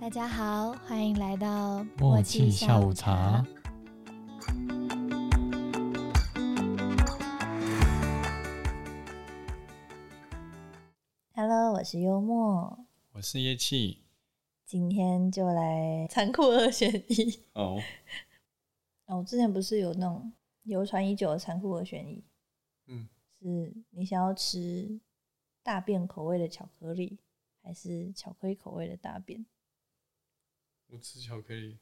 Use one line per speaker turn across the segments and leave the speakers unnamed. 大家好，欢迎来到
默契下午茶。
Hello，我是幽默，
我是叶气
今天就来残酷二选一。
哦，
哦，我之前不是有那种流传已久的残酷二选一，
嗯，
是你想要吃大便口味的巧克力，还是巧克力口味的大便？
我吃巧克力，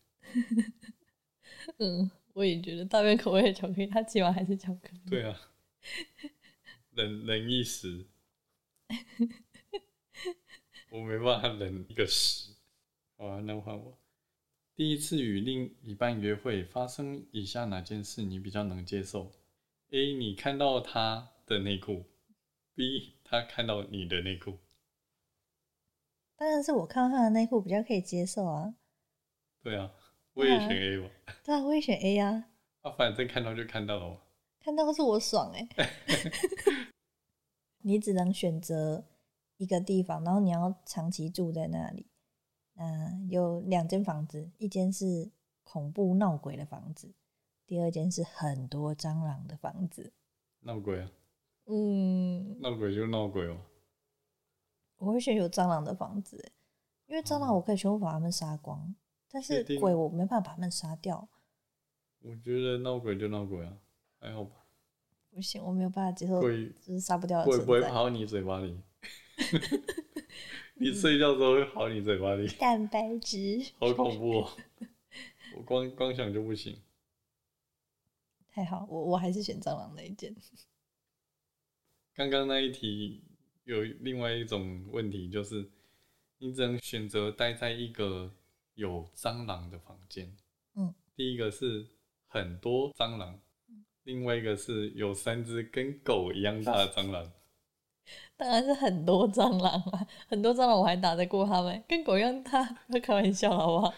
嗯，我也觉得大便口味的巧克力，它起码还是巧克力。
对啊，忍忍一时， 我没办法忍一个时。好啊，那换我。第一次与另一半约会，发生以下哪件事你比较能接受？A. 你看到他的内裤；B. 他看到你的内裤。
当然是我看到他的内裤比较可以接受啊。
对啊，我也
对啊
选 A 吧。
对啊，我也选 A 啊，
啊，反正看到就看到了嘛。
看到是我爽哎、 你只能选择一个地方，然后你要长期住在那里。嗯，有两间房子，一间是恐怖闹鬼的房子，第二间是很多蟑螂的房子。
闹鬼啊，
嗯，
闹鬼就闹鬼哦。
我会选有蟑螂的房子欸，因为蟑螂
哦
我可以全部把它们杀光，但
确
是
定啊
鬼我没办法把它们杀掉，
我觉得闹鬼就闹鬼啊，还好吧。
不行，我没有办法接受，就
鬼
是杀不掉的
鬼
哦存
不会
在。
跑到你嘴巴 里，你睡觉的时候会跑到你嘴巴里，
蛋白质
好恐 怖哦！我光光想就不行。
太好，我我还是选蟑螂那一件。
刚刚那一题有另外一种问题，就是你只能选择待在一个有蟑螂的房间。
嗯，
第一个是很多蟑螂，另外一个是有三只跟狗一样大的蟑 螂。
当然是很多蟑螂啊，很多蟑螂我还打得过它们，跟狗一样大，不要开玩笑好不好？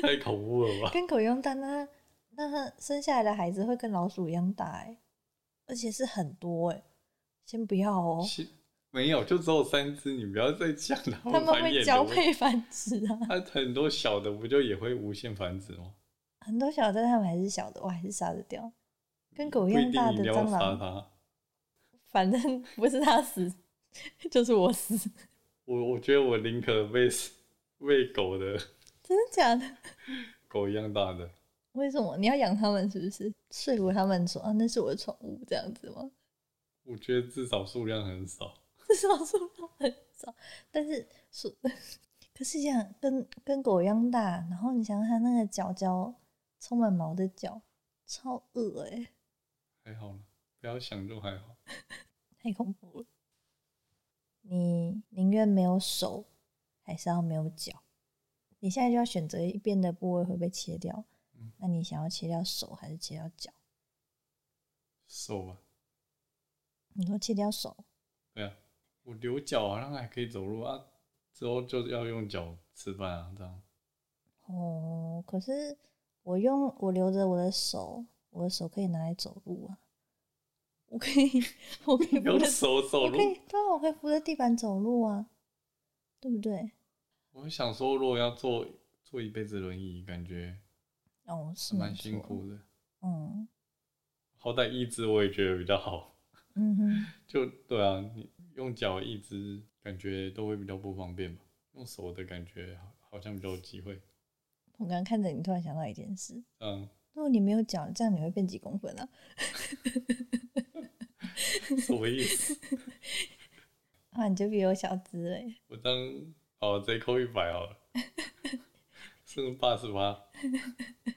太恐怖了吧！
跟狗一样大，那那它生下来的孩子会跟老鼠一样大哎、而且是很多哎、先不要哦、
其没有，就只有三只，你不要再讲了。
它们
繁衍
会
的
交
问
配繁殖啊。
它很多小的不就也会无限繁殖吗？
很多小的，但它们还是小的，我还是杀得掉。跟狗
不
一
一
样
定
大
一
的
定要
蟑
杀
螂，
它。
反正不是它死， 就是我死。
我我觉得我宁可喂死喂狗的
真的假的？
狗一样大的，
为什么你要养它们？是不是说服它们说啊，那是我的宠物这样子吗？
我觉得至少数量很少。
至少数量很少，但是 数，可是想跟跟狗一样大，然后你想想它那个脚脚充满毛的脚，超恶哎、
还好啦，不要想就还好。
太恐怖了。你宁愿没有手，还是要没有脚？你现在就要选择一边的部位会被切掉
嗯，
那你想要切掉手还是切掉脚？
手啊，
你说切掉手，对
对啊，我留脚好像还可以走路啊，之后就要用脚吃饭啊，这 样
哦，可是我用我留着我的手，我的手可以拿来走路啊，我可以，我可以扶
用
着，
手走
我
路
可。以，对啊，我可以扶着地板走路啊，对不对？
我想说，如果要坐坐一辈子轮椅，感觉
哦，是
蛮
没
辛
错，
苦的。
嗯
好歹一只我也觉得比较好。
嗯哼，
就对啊，你用脚一只感觉都会比较不方便吧，用手的感觉好好像比较有机会。
我刚刚看着你，突然想到一件事，
嗯，
如果你没有脚，这样你会变几公分啊？
什么意思？
啊，你就比我小只欸嘞、
我当哦贼扣一百好了，是八十八。嗯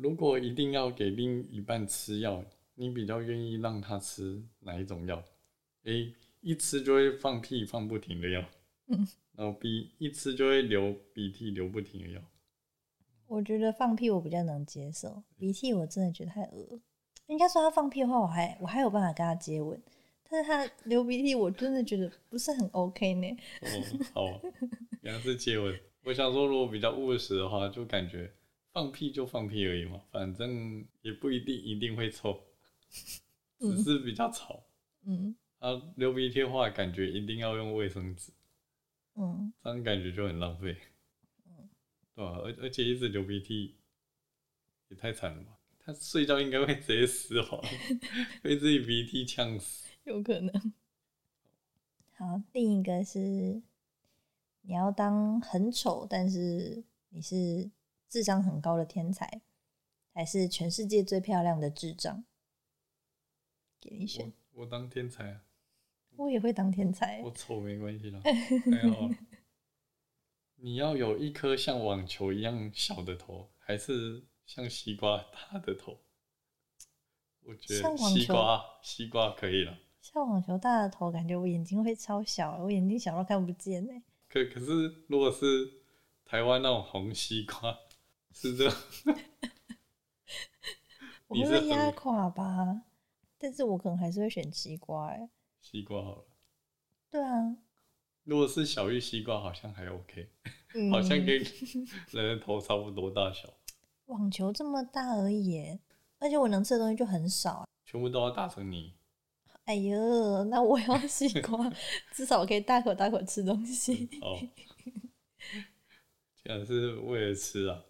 如果一定要给另一半吃药，你比较愿意让他吃哪一种药？A 一吃就会放屁放不停的药，
嗯，
然后 B 一吃就会流鼻涕流不停的药。
我觉得放屁我比较能接受，鼻涕我真的觉得太恶了。应该说他放屁的话，我还我还有办法跟他接吻，但是他流鼻涕，我真的觉得不是很 OK 呢。
哦，好啊，两次接吻。我想说，如果比较务实的话，就感觉放屁就放屁而已嘛，反正也不一定一定会臭，只
嗯
是比较吵。
嗯，
啊，流鼻涕的话，感觉一定要用卫生纸。
嗯，
这样感觉就很浪费。
嗯
对啊吧、而而且一直流鼻涕，也太惨了吧！他睡觉应该会直接死亡，被自己鼻涕呛死。
有可能。好，另一个是你要当很丑，但是你是智商很高的天才，还是全世界最漂亮的智障？给你选，
我我当天才啊，
我也会当天才
我。丑没关系啦，还 好啦。你要有一颗像网球一样小的头，还是像西瓜大的头？我觉
像
得
网
西
球
瓜西瓜可以了，
像网球大的头，感觉我眼睛会超小，我眼睛小到看不见哎、
可可是如果是台湾那种红西瓜，是这样
我
你
会
是
被压
很
垮吧？但是我可能还是会选西瓜哎、
西瓜好了。
对啊，
如果是小玉西瓜，好像还 OK，
嗯
好像跟人的头差不多大小，
网球这么大而已耶，而且我能吃的东西就很少。啊
全部都要打成泥。
哎呦，那我要西瓜， 至少我可以大口大口吃东西。
哦，竟然是为了吃啊！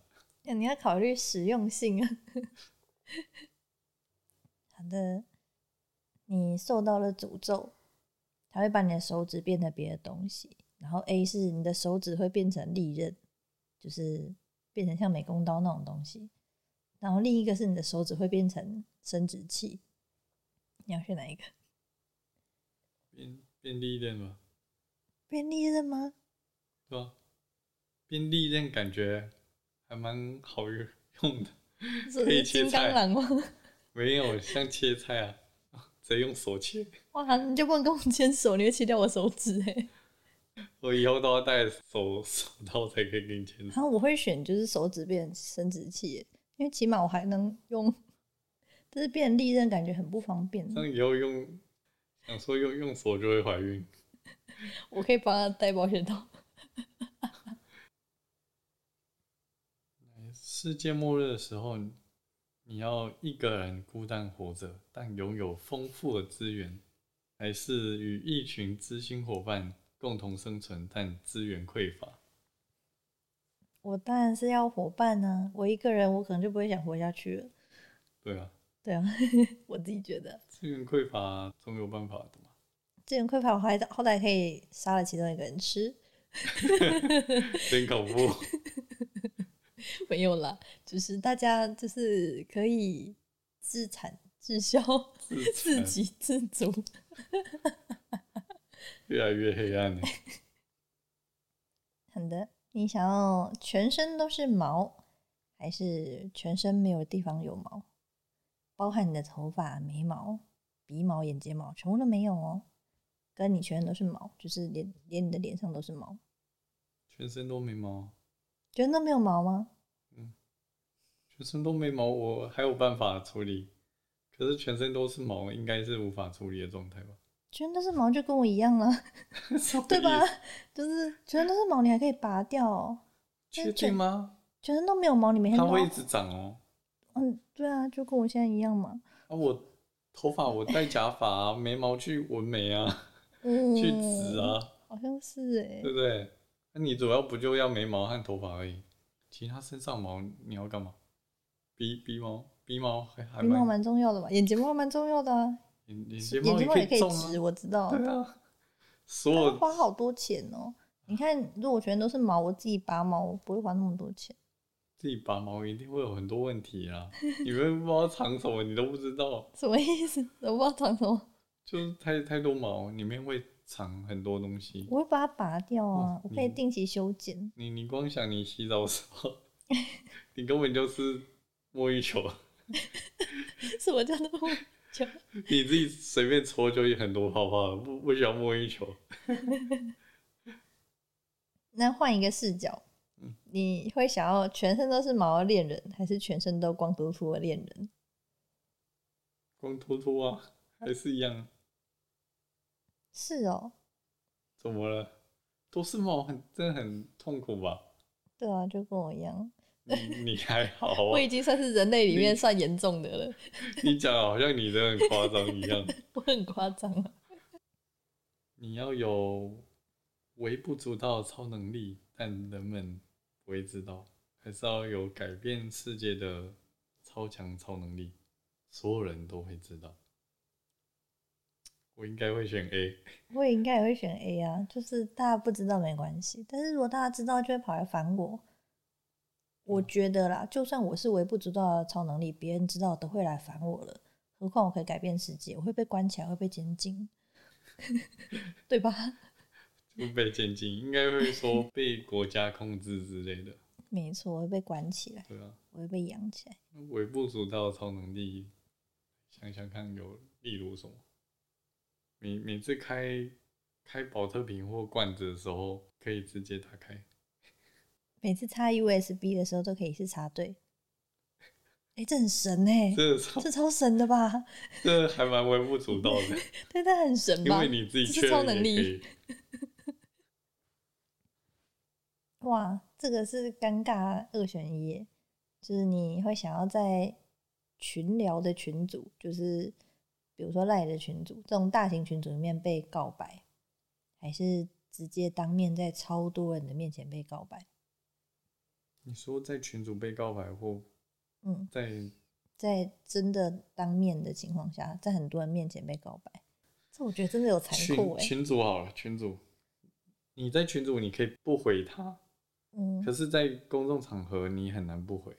那哎你要考虑实用性啊。好的，你受到了诅咒，它会把你的手指变成别的东西。然后 A 是你的手指会变成利刃，就是变成像美工刀那种东西。然后另一个是你的手指会变成生殖器。你要选哪一个？
变变利刃吧，
变利刃 吗？
对吧？变利刃感觉还蛮好用的，
是
可以切
金刚
菜
狼吗？
没有像切菜啊， 直接用手切。
哇，你就不能跟我牵手，你会切掉我手指哎、欸。
我以后都要戴手手套才可以跟你牵
然后我会选就是手指变成生殖器耶，因为起码我还能用，但是变成利刃感觉很不方便。
这样以后用想说用用手就会怀孕，
我可以帮他戴保险套。
世界末日的时候，你要一个人孤单活着，但拥有丰富的资源，还是与一群知心伙伴共同生存，但资源匮乏？
我当然是要伙伴呢、我一个人我可能就不会想活下去了。
对啊，
对啊， 我自己觉得
资源匮乏总有办法的嘛。
资源匮乏，我还好歹可以杀了其中一个人吃，
真恐怖！
没有啦，就是大家就是可以自产自销，
哎
自
残
给自足。
越来越黑暗欸了。
好的，你想要全身都是毛，还是全身没有地方有毛？包含你的头发、眉毛、鼻毛、眼睫毛，全部都没有哦。跟你全身都是毛，就是连连你的脸上都是毛，
全身都没毛，
全身都没有毛吗？
全身都没毛，我还有办法处理。可是全身都是毛，应该是无法处理的状态 吧？
全身都是毛就跟我一样了，
什么
对吧
意思？
就是全身都是毛，你还可以拔掉、哦。但
确
全
定吗？
全身都没有毛，你每天
它
都
会
要
一直长哦、
嗯，对啊，就跟我现在一样嘛。
啊，我头发我戴假发、啊，眉毛去纹眉啊，
嗯，
去植，啊，
好像是哎、
对不对？那你主要不就要眉毛和头发而已，其他身上毛你要干嘛？鼻鼻毛，鼻毛还还
鼻毛
蛮，
蛮重要的吧？眼睫毛蛮重要的啊。
眼眼睫
眼
毛
睫
也
毛
可
也可以
种
植，
啊，
我知道。
对啊，所
但
有
花好多钱哦。你看，如果全都是毛，我自己拔毛，我不会花那么多钱。
自己拔毛一定会有很多问 题啊，你们不知道藏什么，你都不知道，
什么意思？我不知道长什么，
就是太太多毛，里面会藏很多东西。
我会把它拔掉啊
哇，
我可以
你
定期修剪。
你你光想你洗澡的时候，你根本就是沐浴球。
什么叫做不就
你自己随便搓就有很多泡泡了，不不需要摸一球。
那换一个视角
嗯，
你会想要全身都是毛的恋人，还是全身都光秃秃的恋人？
光脱脱啊，还是一样，
是哦，
怎么了？都是毛，很真的很痛苦吧？
对啊，就跟我一样，
你你还好
我
啊？
已经算是人类里面
你
算严重的了，
你讲得好像你真的很夸张一样。
我很夸张啊。
你要有微不足道的超能力，但人们不会知道，还是要有改变世界的超强超能力，所有人都会知道。我应该会选 A，
我也应该也会选 A 啊，就是大家不知道没关系，但是如果大家知道，就会跑来烦我。我
嗯
觉得啦，就算我是微不足道的超能力，别人知道都会来烦我了。何况我可以改变世界，我会被关起来，会被监禁， 对吧？
不被监禁，应该会说被国家控制之类的，
没错，我会被关起来，
对啊。
我会被养起来。
微不足道的超能力，想想看有例如什么？每每次开开保特瓶或罐子的时候，可以直接打开。
每次插 USB 的时候都可以是插队，哎、这很神哎、
这个超
这超神的吧？
这还蛮微不足道的，
对，它很神
因
吧
为？你自己
这是
确
超
认也
能
可
力
以。
哇，这个是尴尬二选一耶，就是你会想要在群聊的群组，就是比如说赖的群组这种大型群组里面被告白，还是直接当面在超多人的面前被告白？
你说在群主被告白或
嗯，
在
在真的当面的情况下，在很多人面前被告白，这我觉得真的有残酷
群
哎、
群主好了，群主，你在群主你可以不回他，
嗯，
可是，在公众场合你很难不回。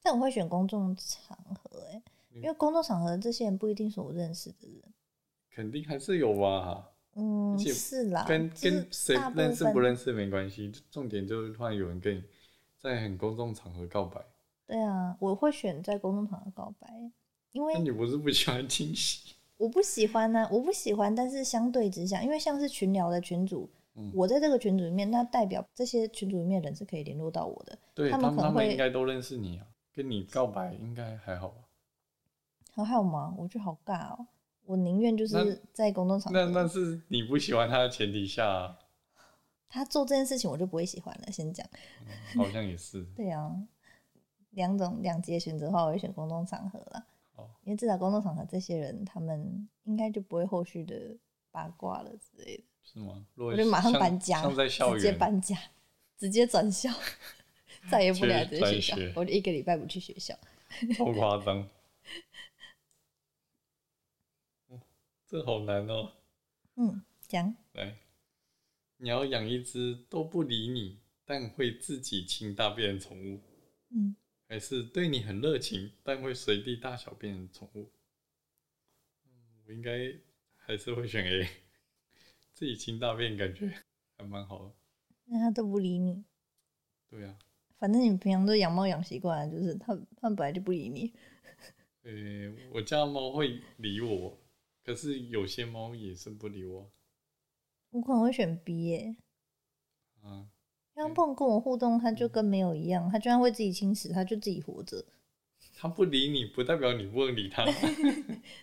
但我会选公众场合哎、
嗯
因为公众场合这些人不一定是我认识的人。
肯定还是有吧，
嗯，
且
是啦，
跟
就是
跟谁
大部
认识不
分
认识没关系，重点就是突然有人跟你在很公众场合告白，
对啊，我会选在公众场合告白，因
那
为
你不是不喜欢惊喜？
我不喜欢呢、我不喜欢。但是相对之下，因为像是群聊的群主，
嗯
我在这个群组里面，那代表这些群组里面的人是可以联络到我的，
对
他
他
们
们，
可能
他们
会
应该都认识你啊，跟你告白应该还好吧？
然后还有吗？我觉得好尬哦、我宁愿就
那
是在公众场
那那
合，
是你不喜欢他的前提下、啊，
他做这件事情我就不会喜欢了。先讲，
好像也是
对啊，两种两节选择的话，我会选公众场合啦
好。
因为至少公众场合这些人，他们应该就不会后续的八卦了之类的。
是吗？如果
我就马上
像
搬家，
像在校
直接
园，
搬家，直接转校， 再也不来
直
这
接
个学校
转学。
我就一个礼拜不去学校。
超夸张。嗯哦这好难哦、
嗯，讲
来，你要养一只都不理你，但会自己清大便的宠物，
嗯，
还是对你很热情，但会随地大小便的宠物？嗯，我应该还是会选 A，自己清大便感觉还蛮好的。
那他都不理你，
对呀、啊，
反正你平常都养猫养习惯了，就是他他们本来就不理你。
呃、我家的猫会理我，可是有些猫也是不理我
我可能会选 B 耶、
啊。
因为它不能跟我互动，它就跟没有一样。它居然会自己清屎，它就自己活着，
它不理你，不代表你不能理 它。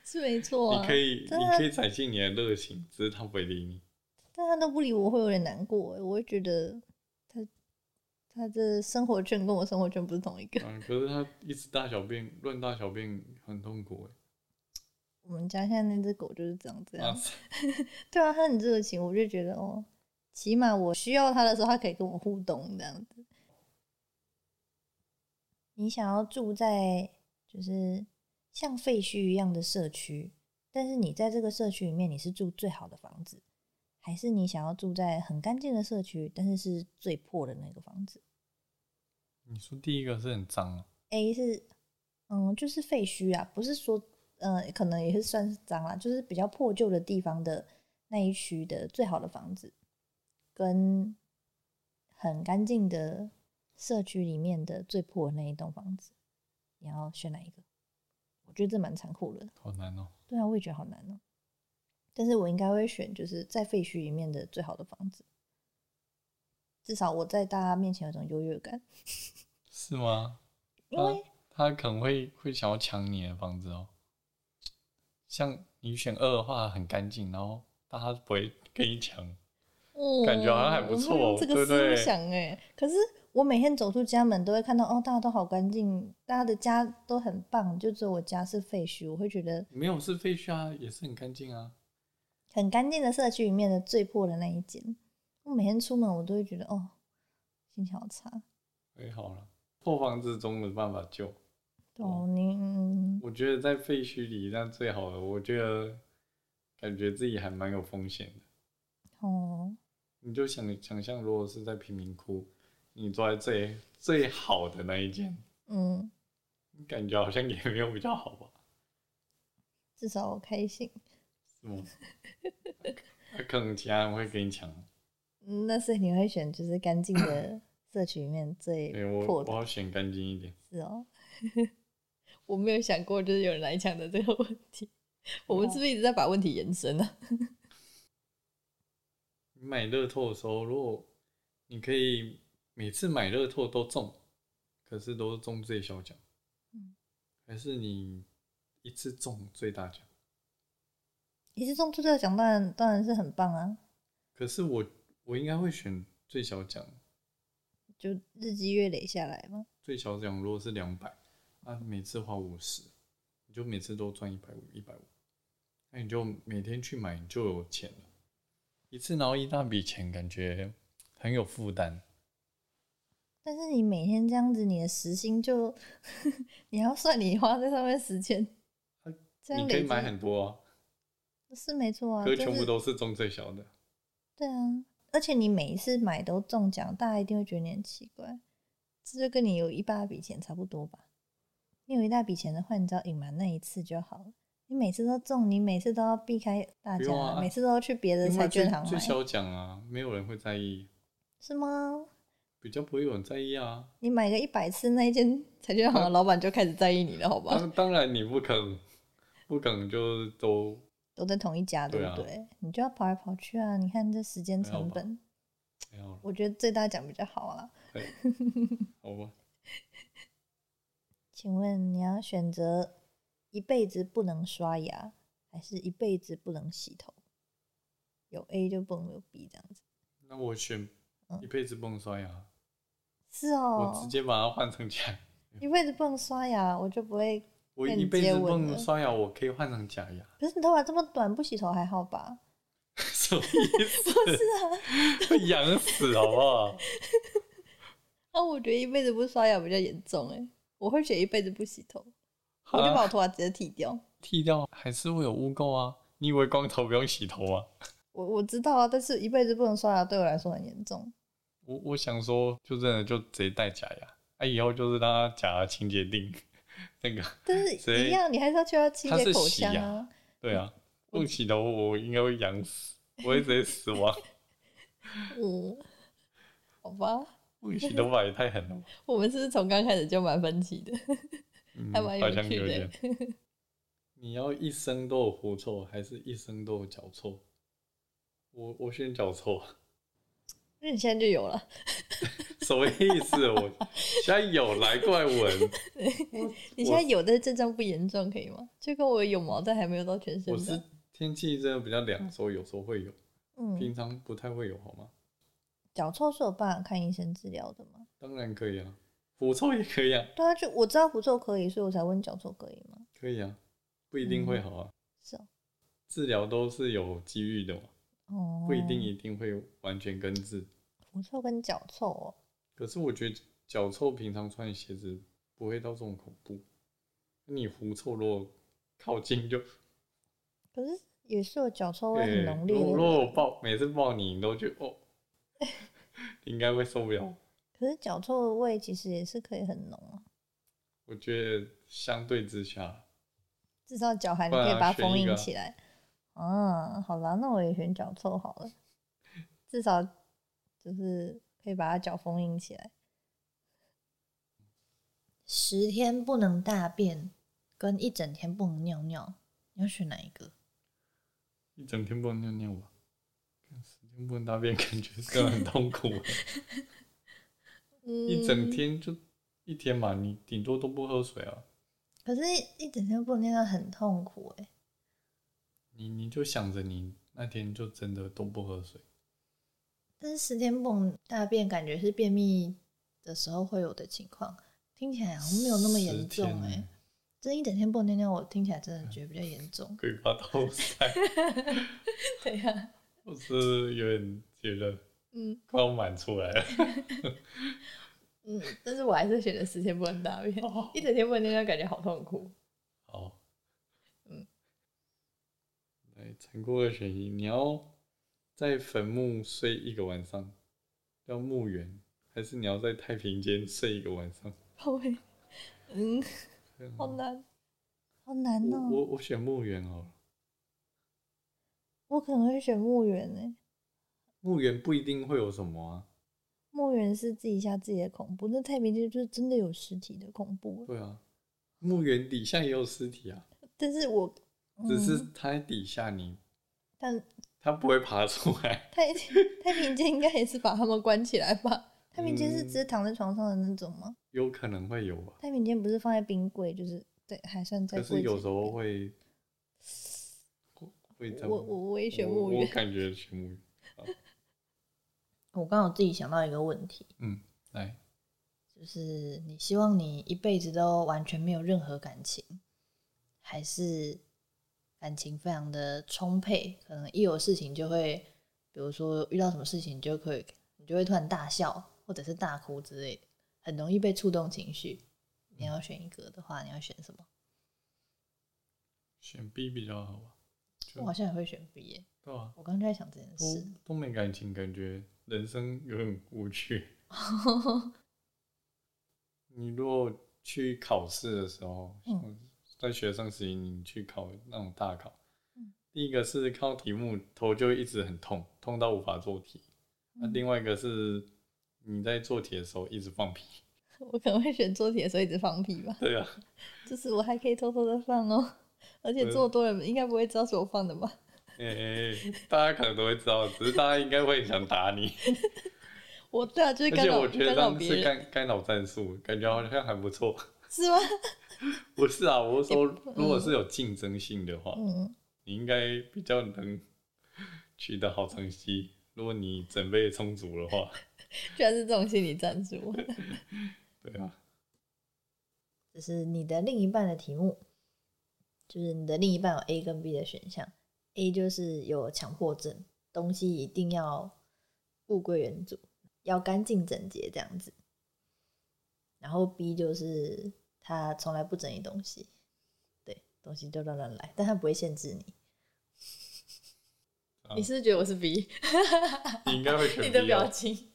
是没错啊。
你可以，
真
你
的
可以展现你的热情，只是它不会理你。
但他都不理我，会有点难过耶。欸我会觉得他他的生活圈跟我生活圈不是同一个。
嗯，可是它一直大小便，乱大小便很痛苦欸
我们家现在那只狗就是长这
哎、
样
啊。，
对啊，它很热情，我就觉得哦，起码我需要它的时候，它可以跟我互动这样子。你想要住在就是像废墟一样的社区，但是你在这个社区里面你是住最好的房子，还是你想要住在很干净的社区，但是是最破的那个房子
你说第一个是很脏啊，
？A 是嗯，就是废墟啊，不是说呃，可能也是算是脏啦，就是比较破旧的地方的那一区的最好的房子，跟很干净的社区里面的最破的那一栋房子，你要选哪一个？我觉得这蛮残酷的。
好难哦、
对啊，我也觉得好难哦、但是我应该会选就是在废墟里面的最好的房子，至少我在大家面前有种优越感，
是吗？
因为
它可能会会想要抢你的房子哦、像你选二的话，很干净，然后大家不会跟你抢。感觉好像还不错
哦我会用这
对
个
不
思路
对
想哎、可是我每天走出家门都会看到，哦，大家都好干净，大家的家都很棒，就只有我家是废墟，我会觉得
没有是废墟啊，也是很干净啊。
很干净的社区里面的最破的那一间，我每天出门我都会觉得哦，心情好差。
哎，好了，破房子总有办法救。
哦，你嗯，
我觉得在废墟里那最好了，我觉得感觉自己还蛮有风险的。
哦，
你就想想象，如果是在贫民窟，你住在最最好的那一间，
嗯，
感觉好像也没有比较好吧？
至少我开心。
是吗？可能其他人会跟你抢。
嗯那是你会选就是干净的社区里面最
对我，
破
我
的，
要选干净一点。
是哦。 我没有想过就是有人来抢的这个问题，我们是不是一直在把问题延伸啊 呢、
你买乐透的时候，如果你可以每次买乐透都中，可是都中最小奖，
嗯
还是你一次中最大奖？
一次中出这个奖，当然当然是很棒啊，
可是我我应该会选最小奖，
就日积月累下来嘛。
最小奖如果是两百，啊，每次花五十，你就每次都赚一百五，一百五，那你就每天去买，你就有钱了。一次拿一大笔钱，感觉很有负担。
但是你每天这样子，你的时薪就 你还要算你花在上面时间
啊，
这样
你可以
累积
买很多、啊，
是没错啊，
可是
就
全部
是
都是中最小的。
对啊，而且你每一次买都中奖，大家一定会觉得你很奇怪。这就跟你有一大笔钱差不多吧？你有一大笔钱的话，你只要隐瞒那一次就好了。你每次都中，你每次都要避开大
不
家，
用啊
每次都要去别的
因为
彩
最
券行
最
买，
小奖啊，没有人会在意，
是吗？
比较不会有人在意啊。
你买个一百次，那一间彩券
嗯
行的老板就开始在意你了，好吧？
当当然你不肯，不肯就都
都在同一家，对
对
不
啊
对？你就要跑来跑去啊！你看这时间
还好
成
吧
本，
没有了，
我觉得最大奖比较好啦。
好吧？
请问你要选择一辈子不能刷牙，还是一辈子不能洗头？有 A 就不能有 B 这样子。
那我选
嗯
一辈子不能刷牙，
是哦
我，直接把它换成假牙。
一辈子不能刷牙，我就不会。
我
那你
一辈子
接吻
不
了
能刷牙，我可以换成假牙，
可是你头发这么短，不洗头还好吧？
什么意思？
不 是啊，
会痒死好不好？
那、啊我觉得一辈子不刷牙比较严重哎、我会选一辈子不洗头，我就把
啊
我头发直接剃掉。
剃掉还是会有污垢啊？你以为光头不用洗头啊？
我我知道啊，但是一辈子不能刷牙对我来说很严重。
我我想说，就真的就直接戴假牙，啊，以后就是让它假牙清洁定那个。
但是
谁
一样，你还是要去要清
它
洁
是
口
洗
腔
牙
啊。
对啊，不洗头我应该会痒死，我会直接 死亡。
嗯，好吧。
不洗头发也太狠了吧，
我们是不是从刚开始就蛮分歧的？
嗯，
还蛮有
好像
趣
有
的
点。 你要一生都有狐臭，还是一生都有脚臭？我我选脚臭，
那你现在就有了，
什么意思？我现在有来过来闻，
你现在有，但是症状不严重，可以吗？就跟我有毛，但还没有到全身
我是
吧。
天气真的比较凉的时候，有时候会有，平
嗯，
常不太会有，好吗？
脚臭是有办法看医生治疗的吗？
当然可以啊，狐臭也可以啊，
对啊，就我知道狐臭可以，所以我才问脚臭可以吗？
可以啊，不一定会好啊，
是哦，
治疗都是有机遇的嘛，
哦，
不一定一定会完全根治。
狐臭跟脚臭哦，
可是我觉得脚臭平常穿鞋子不会到这种恐怖，你狐臭如果靠近就，
可是也是有脚臭味
呃
很浓烈
如果如
的。
果我抱每次抱你，你都觉得哦， 你应该会受不了。
可是脚臭的味其实也是可以很浓啊，
我觉得相对之下，
至少脚还你
不然
可以把它
选
封
一
印
个啊
起来。啊，好啦，那我也选脚臭好了，至少就是可以把它脚封印起来。十天不能大便，跟一整天不能尿尿，你要选哪一个？
一整天不能尿尿吧，看时间不能大便，感觉是很 痛苦。
嗯
一整。天就一天嘛，你顶多都不喝水啊，
可是，一整天不能尿尿很痛苦哎、
你你就想着你那天就真的都不喝水。
但是十天不能大便，感觉是便秘的时候会有的情况，听起来好像没有那么严重哎、
欸，
这一整天不能尿尿，我听起来
嗯
真的觉得比较严 重。
鬼瓜都塞，啊
对呀、
我是有点觉得
嗯
快要满出来了。
嗯，但是我还是选择十天不能大便，
哦
一整天不能尿尿，感觉好痛 苦。
好，
嗯，
来残酷二选一，你要在坟墓睡一个晚上，要墓园，还是你要在太平间睡一个晚上？
好会， 嗯，
嗯
好难。
好难
我
哦、
我我选墓园哦，
我可能会选墓园欸呢、
墓园不一定会有什么啊。
墓园是自己吓自己的恐怖，那太平间就是真的有尸体的恐怖。
对啊，墓园底下也有尸体啊，
但是我、
只是
嗯
它在底下你，
但
它不会爬出来。
太太平间应该也是把他们关起来吧？太平间是只
嗯
是躺在床上的那种吗？
有可能会有吧，
太平间不是放在冰柜，就是对，还算在
可
柜子里
是
面。
有时候会会会这样
我我我也选
我
墓
我
园，
感觉选墓园。
我刚好自己想到一个问题，
嗯，来，
就是你希望你一辈子都完全没有任何感情，还是感情非常的充沛？可能一有事情就会，比如说遇到什么事情就会，你就会突然大笑或者是大哭之类的，很容易被触动情绪。你
嗯
要选一个的话，你要选什么？
选 B 比较好吧？就
我好像也会选 B 耶、
对啊，
我刚刚就在想这件
都
事。
都没感情，感觉人生有点 无趣。你如果去考试的时候，
嗯
像在学生时期你去考那种大考，
嗯
第一个是靠题目头就一直很痛，痛到无法做题；那、
嗯
另外一个是你在做题的时候一直放屁。
我可能会选做题的时候一直放屁吧，
对啊，
就是我还可以偷偷的放哦、而且这么多人应该不会知道是我放的吧？
诶、哎大家可能都会知道，只是大家应该会很想打你。
我对啊，就是
而
干
且
扰
我觉得
干
他
扰
们
别
是
人，
干干扰战术，感觉好像还不错。
是吗？
不是啊，我是说，如
嗯
果是有竞争性的话，
嗯，
你应该比较能取得好成绩。如果你准备充足的话，
居然是这种心理战术。
对啊，
这是你的另一半的题目，就是你的另一半有 A 跟 B 的选项，A 就是有强迫症，东西一定要物归原主，要干净整洁这样子。然后 B 就是他从来不整理东西，对，东西就乱乱来，但他不会限制你。
你是不是觉得我是 B？
你应该会选啊
你
B、哦。
的表情，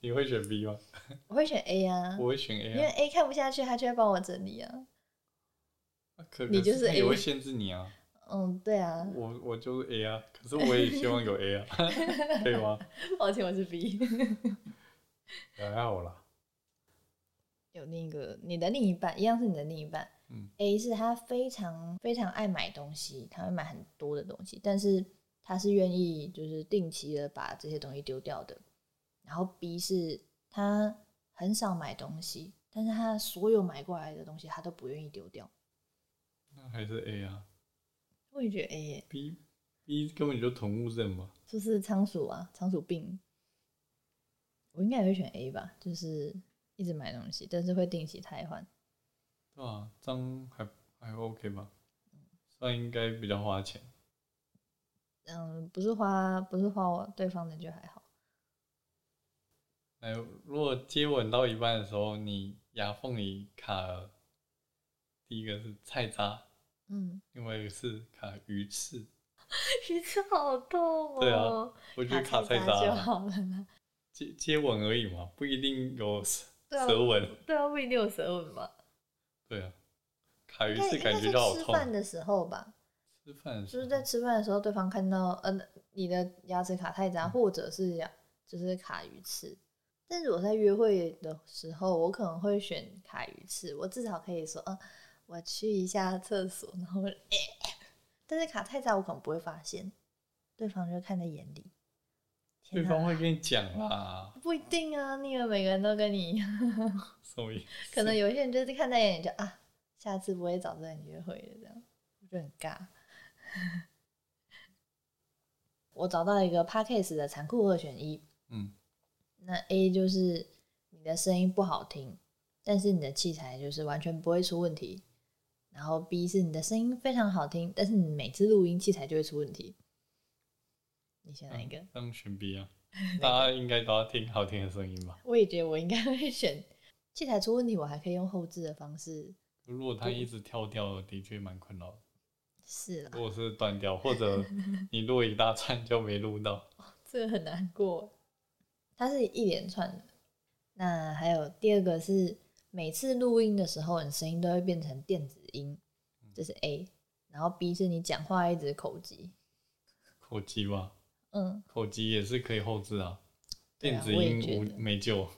你会选 B 吗？
我会选 A 啊，
嗯
我会选
因为
A 啊
A 看不下去，他就会帮我整理啊。
啊。可
你就是
可他
A
也会限制你啊。
嗯，对啊，
我我就是 A 啊，可是我也希望有 A 啊，可以吗？
抱歉，我是 B。
还好啦，
有另一个你的另一半，一样是你的另一半。
嗯
a 是他非常非常爱买东西，他会买很多的东西，但是他是愿意就是定期的把这些东西丢掉的。然后 B 是他很少买东西，但是他所有买过来的东西他都不愿意丢掉。
那还是 A 啊。
我也觉得 A，耶
B B 根本就同物症嘛。
是不是仓鼠啊？仓鼠病，我应该也会选 A 吧，就是一直买东西，但是会定期汰换。
对啊，这样还还 OK 吧？算应该比较花钱。
嗯，不是花不是花我对方的就还好。
哎，如果接吻到一半的时候，你牙缝里卡了，第一个是菜渣，
嗯。
另外一个是卡鱼刺，
鱼刺好痛哦、
对啊，我觉得卡菜渣
就
啊
好了 啦。
接接吻而已嘛，不一定有舌
对啊
舌吻。
对啊，不一定有舌吻吧？
对啊，卡鱼
应该
刺
应该
感觉
是
就好
吃
痛。
饭的时候吧，
吃饭的
就
时
是
候
在吃饭的时候，对方看到呃你的牙齿卡太渣，
嗯
或者是牙就是卡鱼刺。但是我在约会的时候，我可能会选卡鱼刺，我至少可以说，嗯，我去一下厕所，然后、呃但是卡太渣我可能不会发现，对方就看在眼里。
对
天
方
哪，
会跟你讲 啦，
不一定啊，你以为每个人都跟你一 样？
所以嗯
可能有一些人就是看在眼里就啊，下次不会找这个人约会的这样，我就很尬。 我找到一个 podcast 的残酷二选一，
嗯，
那 A 就是你的声音不好听，但是你的器材就是完全不会出问题，然后 B 是你的声音非常好听，但是你每次录音器材就会出问题。你选哪一个？
当选 B 啊，大家应该都要听好听的声音吧？
我也觉得我应该会选器材出问题，我还可以用后置的方式。
如果它一直跳掉，的确蛮困扰的。
是啦
如，果是断掉，或者你录一大串就没录到，
这个很难过。它是一连串的。那还有第二个是，每次录音的时候，你声音都会变成电子音，这是 A。然后 B 是你讲话一直口急，
口技吧，
嗯，
口技也是可以后置啊。
对
电
啊
子
我也
音
觉得
无没救，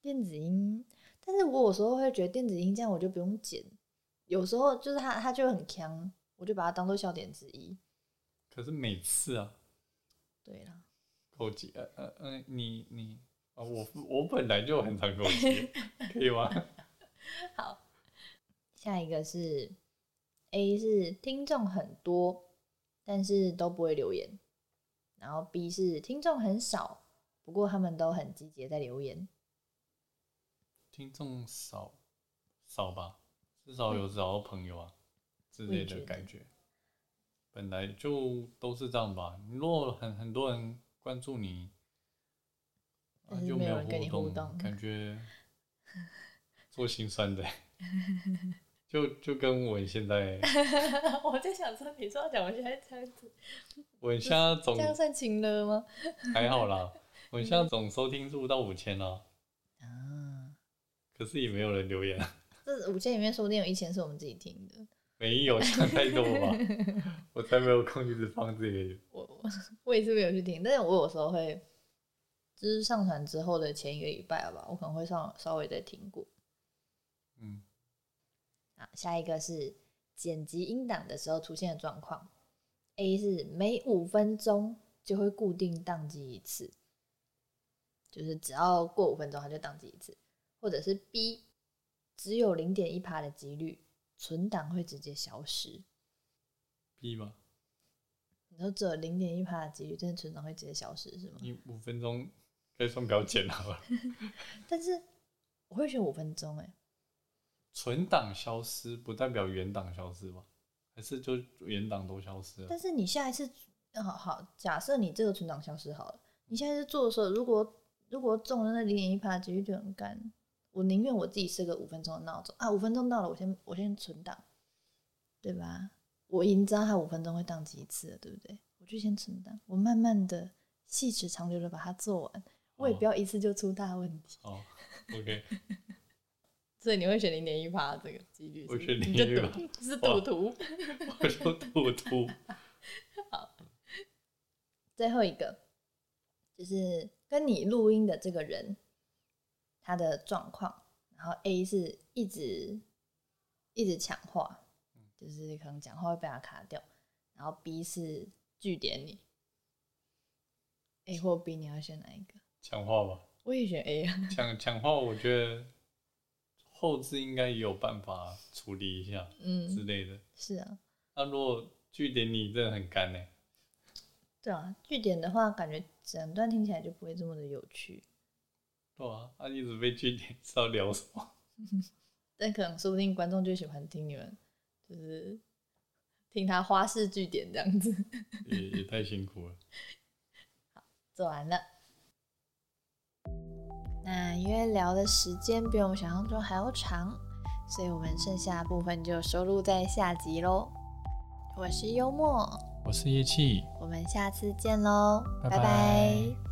电子音。但是我有时候会觉得电子音这样我就不用剪，有时候就是它它就很强，我就把它当做笑点之一。
可是每次啊，
对啦，
口技，呃呃呃，你你啊，我我本来就很常口 技，可以吗？
好，下一个是 A 是听众很多，但是都不会留言，然后 B 是听众很少，不过他们都很积极地在留言。
听众少少吧，至少有找到朋友啊之类的感觉。本来就都是这样吧。你如果很很多人关注你，啊
但是
就
没有
有
人跟你互动
感觉做心酸的欸、 就就跟我现在，
我在想说，你说要讲我现在这样子，
我现在总
这样算情了吗？
还好啦，我现在总收听数到五千了，
啊，
可是也没有人留言。啊
这五千里面说不定有一千是我们自己听的，
没有想太多吧， 我才没有空一直放这个。
我我 我也是没有去听，但是我有时候会，就是上传之后的前一个礼拜吧，我可能会上稍微再听过。
嗯，
啊，下一个是剪辑音档的时候出现的状况。A 是每五分钟就会固定宕机一次，就是只要过五分钟它就宕机一次，或者是 B 只有零点一趴的几率存档会直接消失。
B 吧，
你说只有零点一趴的几率，真的存档会直接消失是吗？
你五分钟该算不要剪了 吧？
但是我会选五分钟哎、
存档消失不代表原档消失吧？还是就原档都消失了
但？是你下一次，呃好好，假设你这个存档消失好了，你下一次做的时候，如果如果中了那零点一趴，几率就很干。我宁愿我自己设个五分钟的闹钟啊，五分钟到了，我先我先存档，对吧？我已经知道它五分钟会宕机一次了，对不对？我就先存档，我慢慢的细水长流的把它做完，我也
哦
不要一次就出大问题。
哦，OK，
所以你会选零点一趴这个几率
我选0.1%吧，
是
哇
徒。
我就吐吐。
最后一个就是跟你录音的这个人他的状况，然后 A 是一直一直抢话，就是可能讲话会被他卡掉，然后 B 是据点你。A 或 B，你要选哪一个？
强化吧，
我也选 A 啊。
强强化，我觉得后置应该也有办法处理一下之
嗯，
类的。
是啊，
那、如果据点你真的很干呢、
对啊。据点的话，感觉整段听起来就不会这么的有趣，
对啊，他、一直被据点，知道聊什么？
但可能说不定观众就喜欢听你们，就是听他花式据点这样子。
也也太辛苦了。
做完了。那因为聊的时间比我们想象中还要长，所以我们剩下的部分就收录在下集喽。我是幽默，
我是叶气。
我们下次见喽，
拜
拜
拜
拜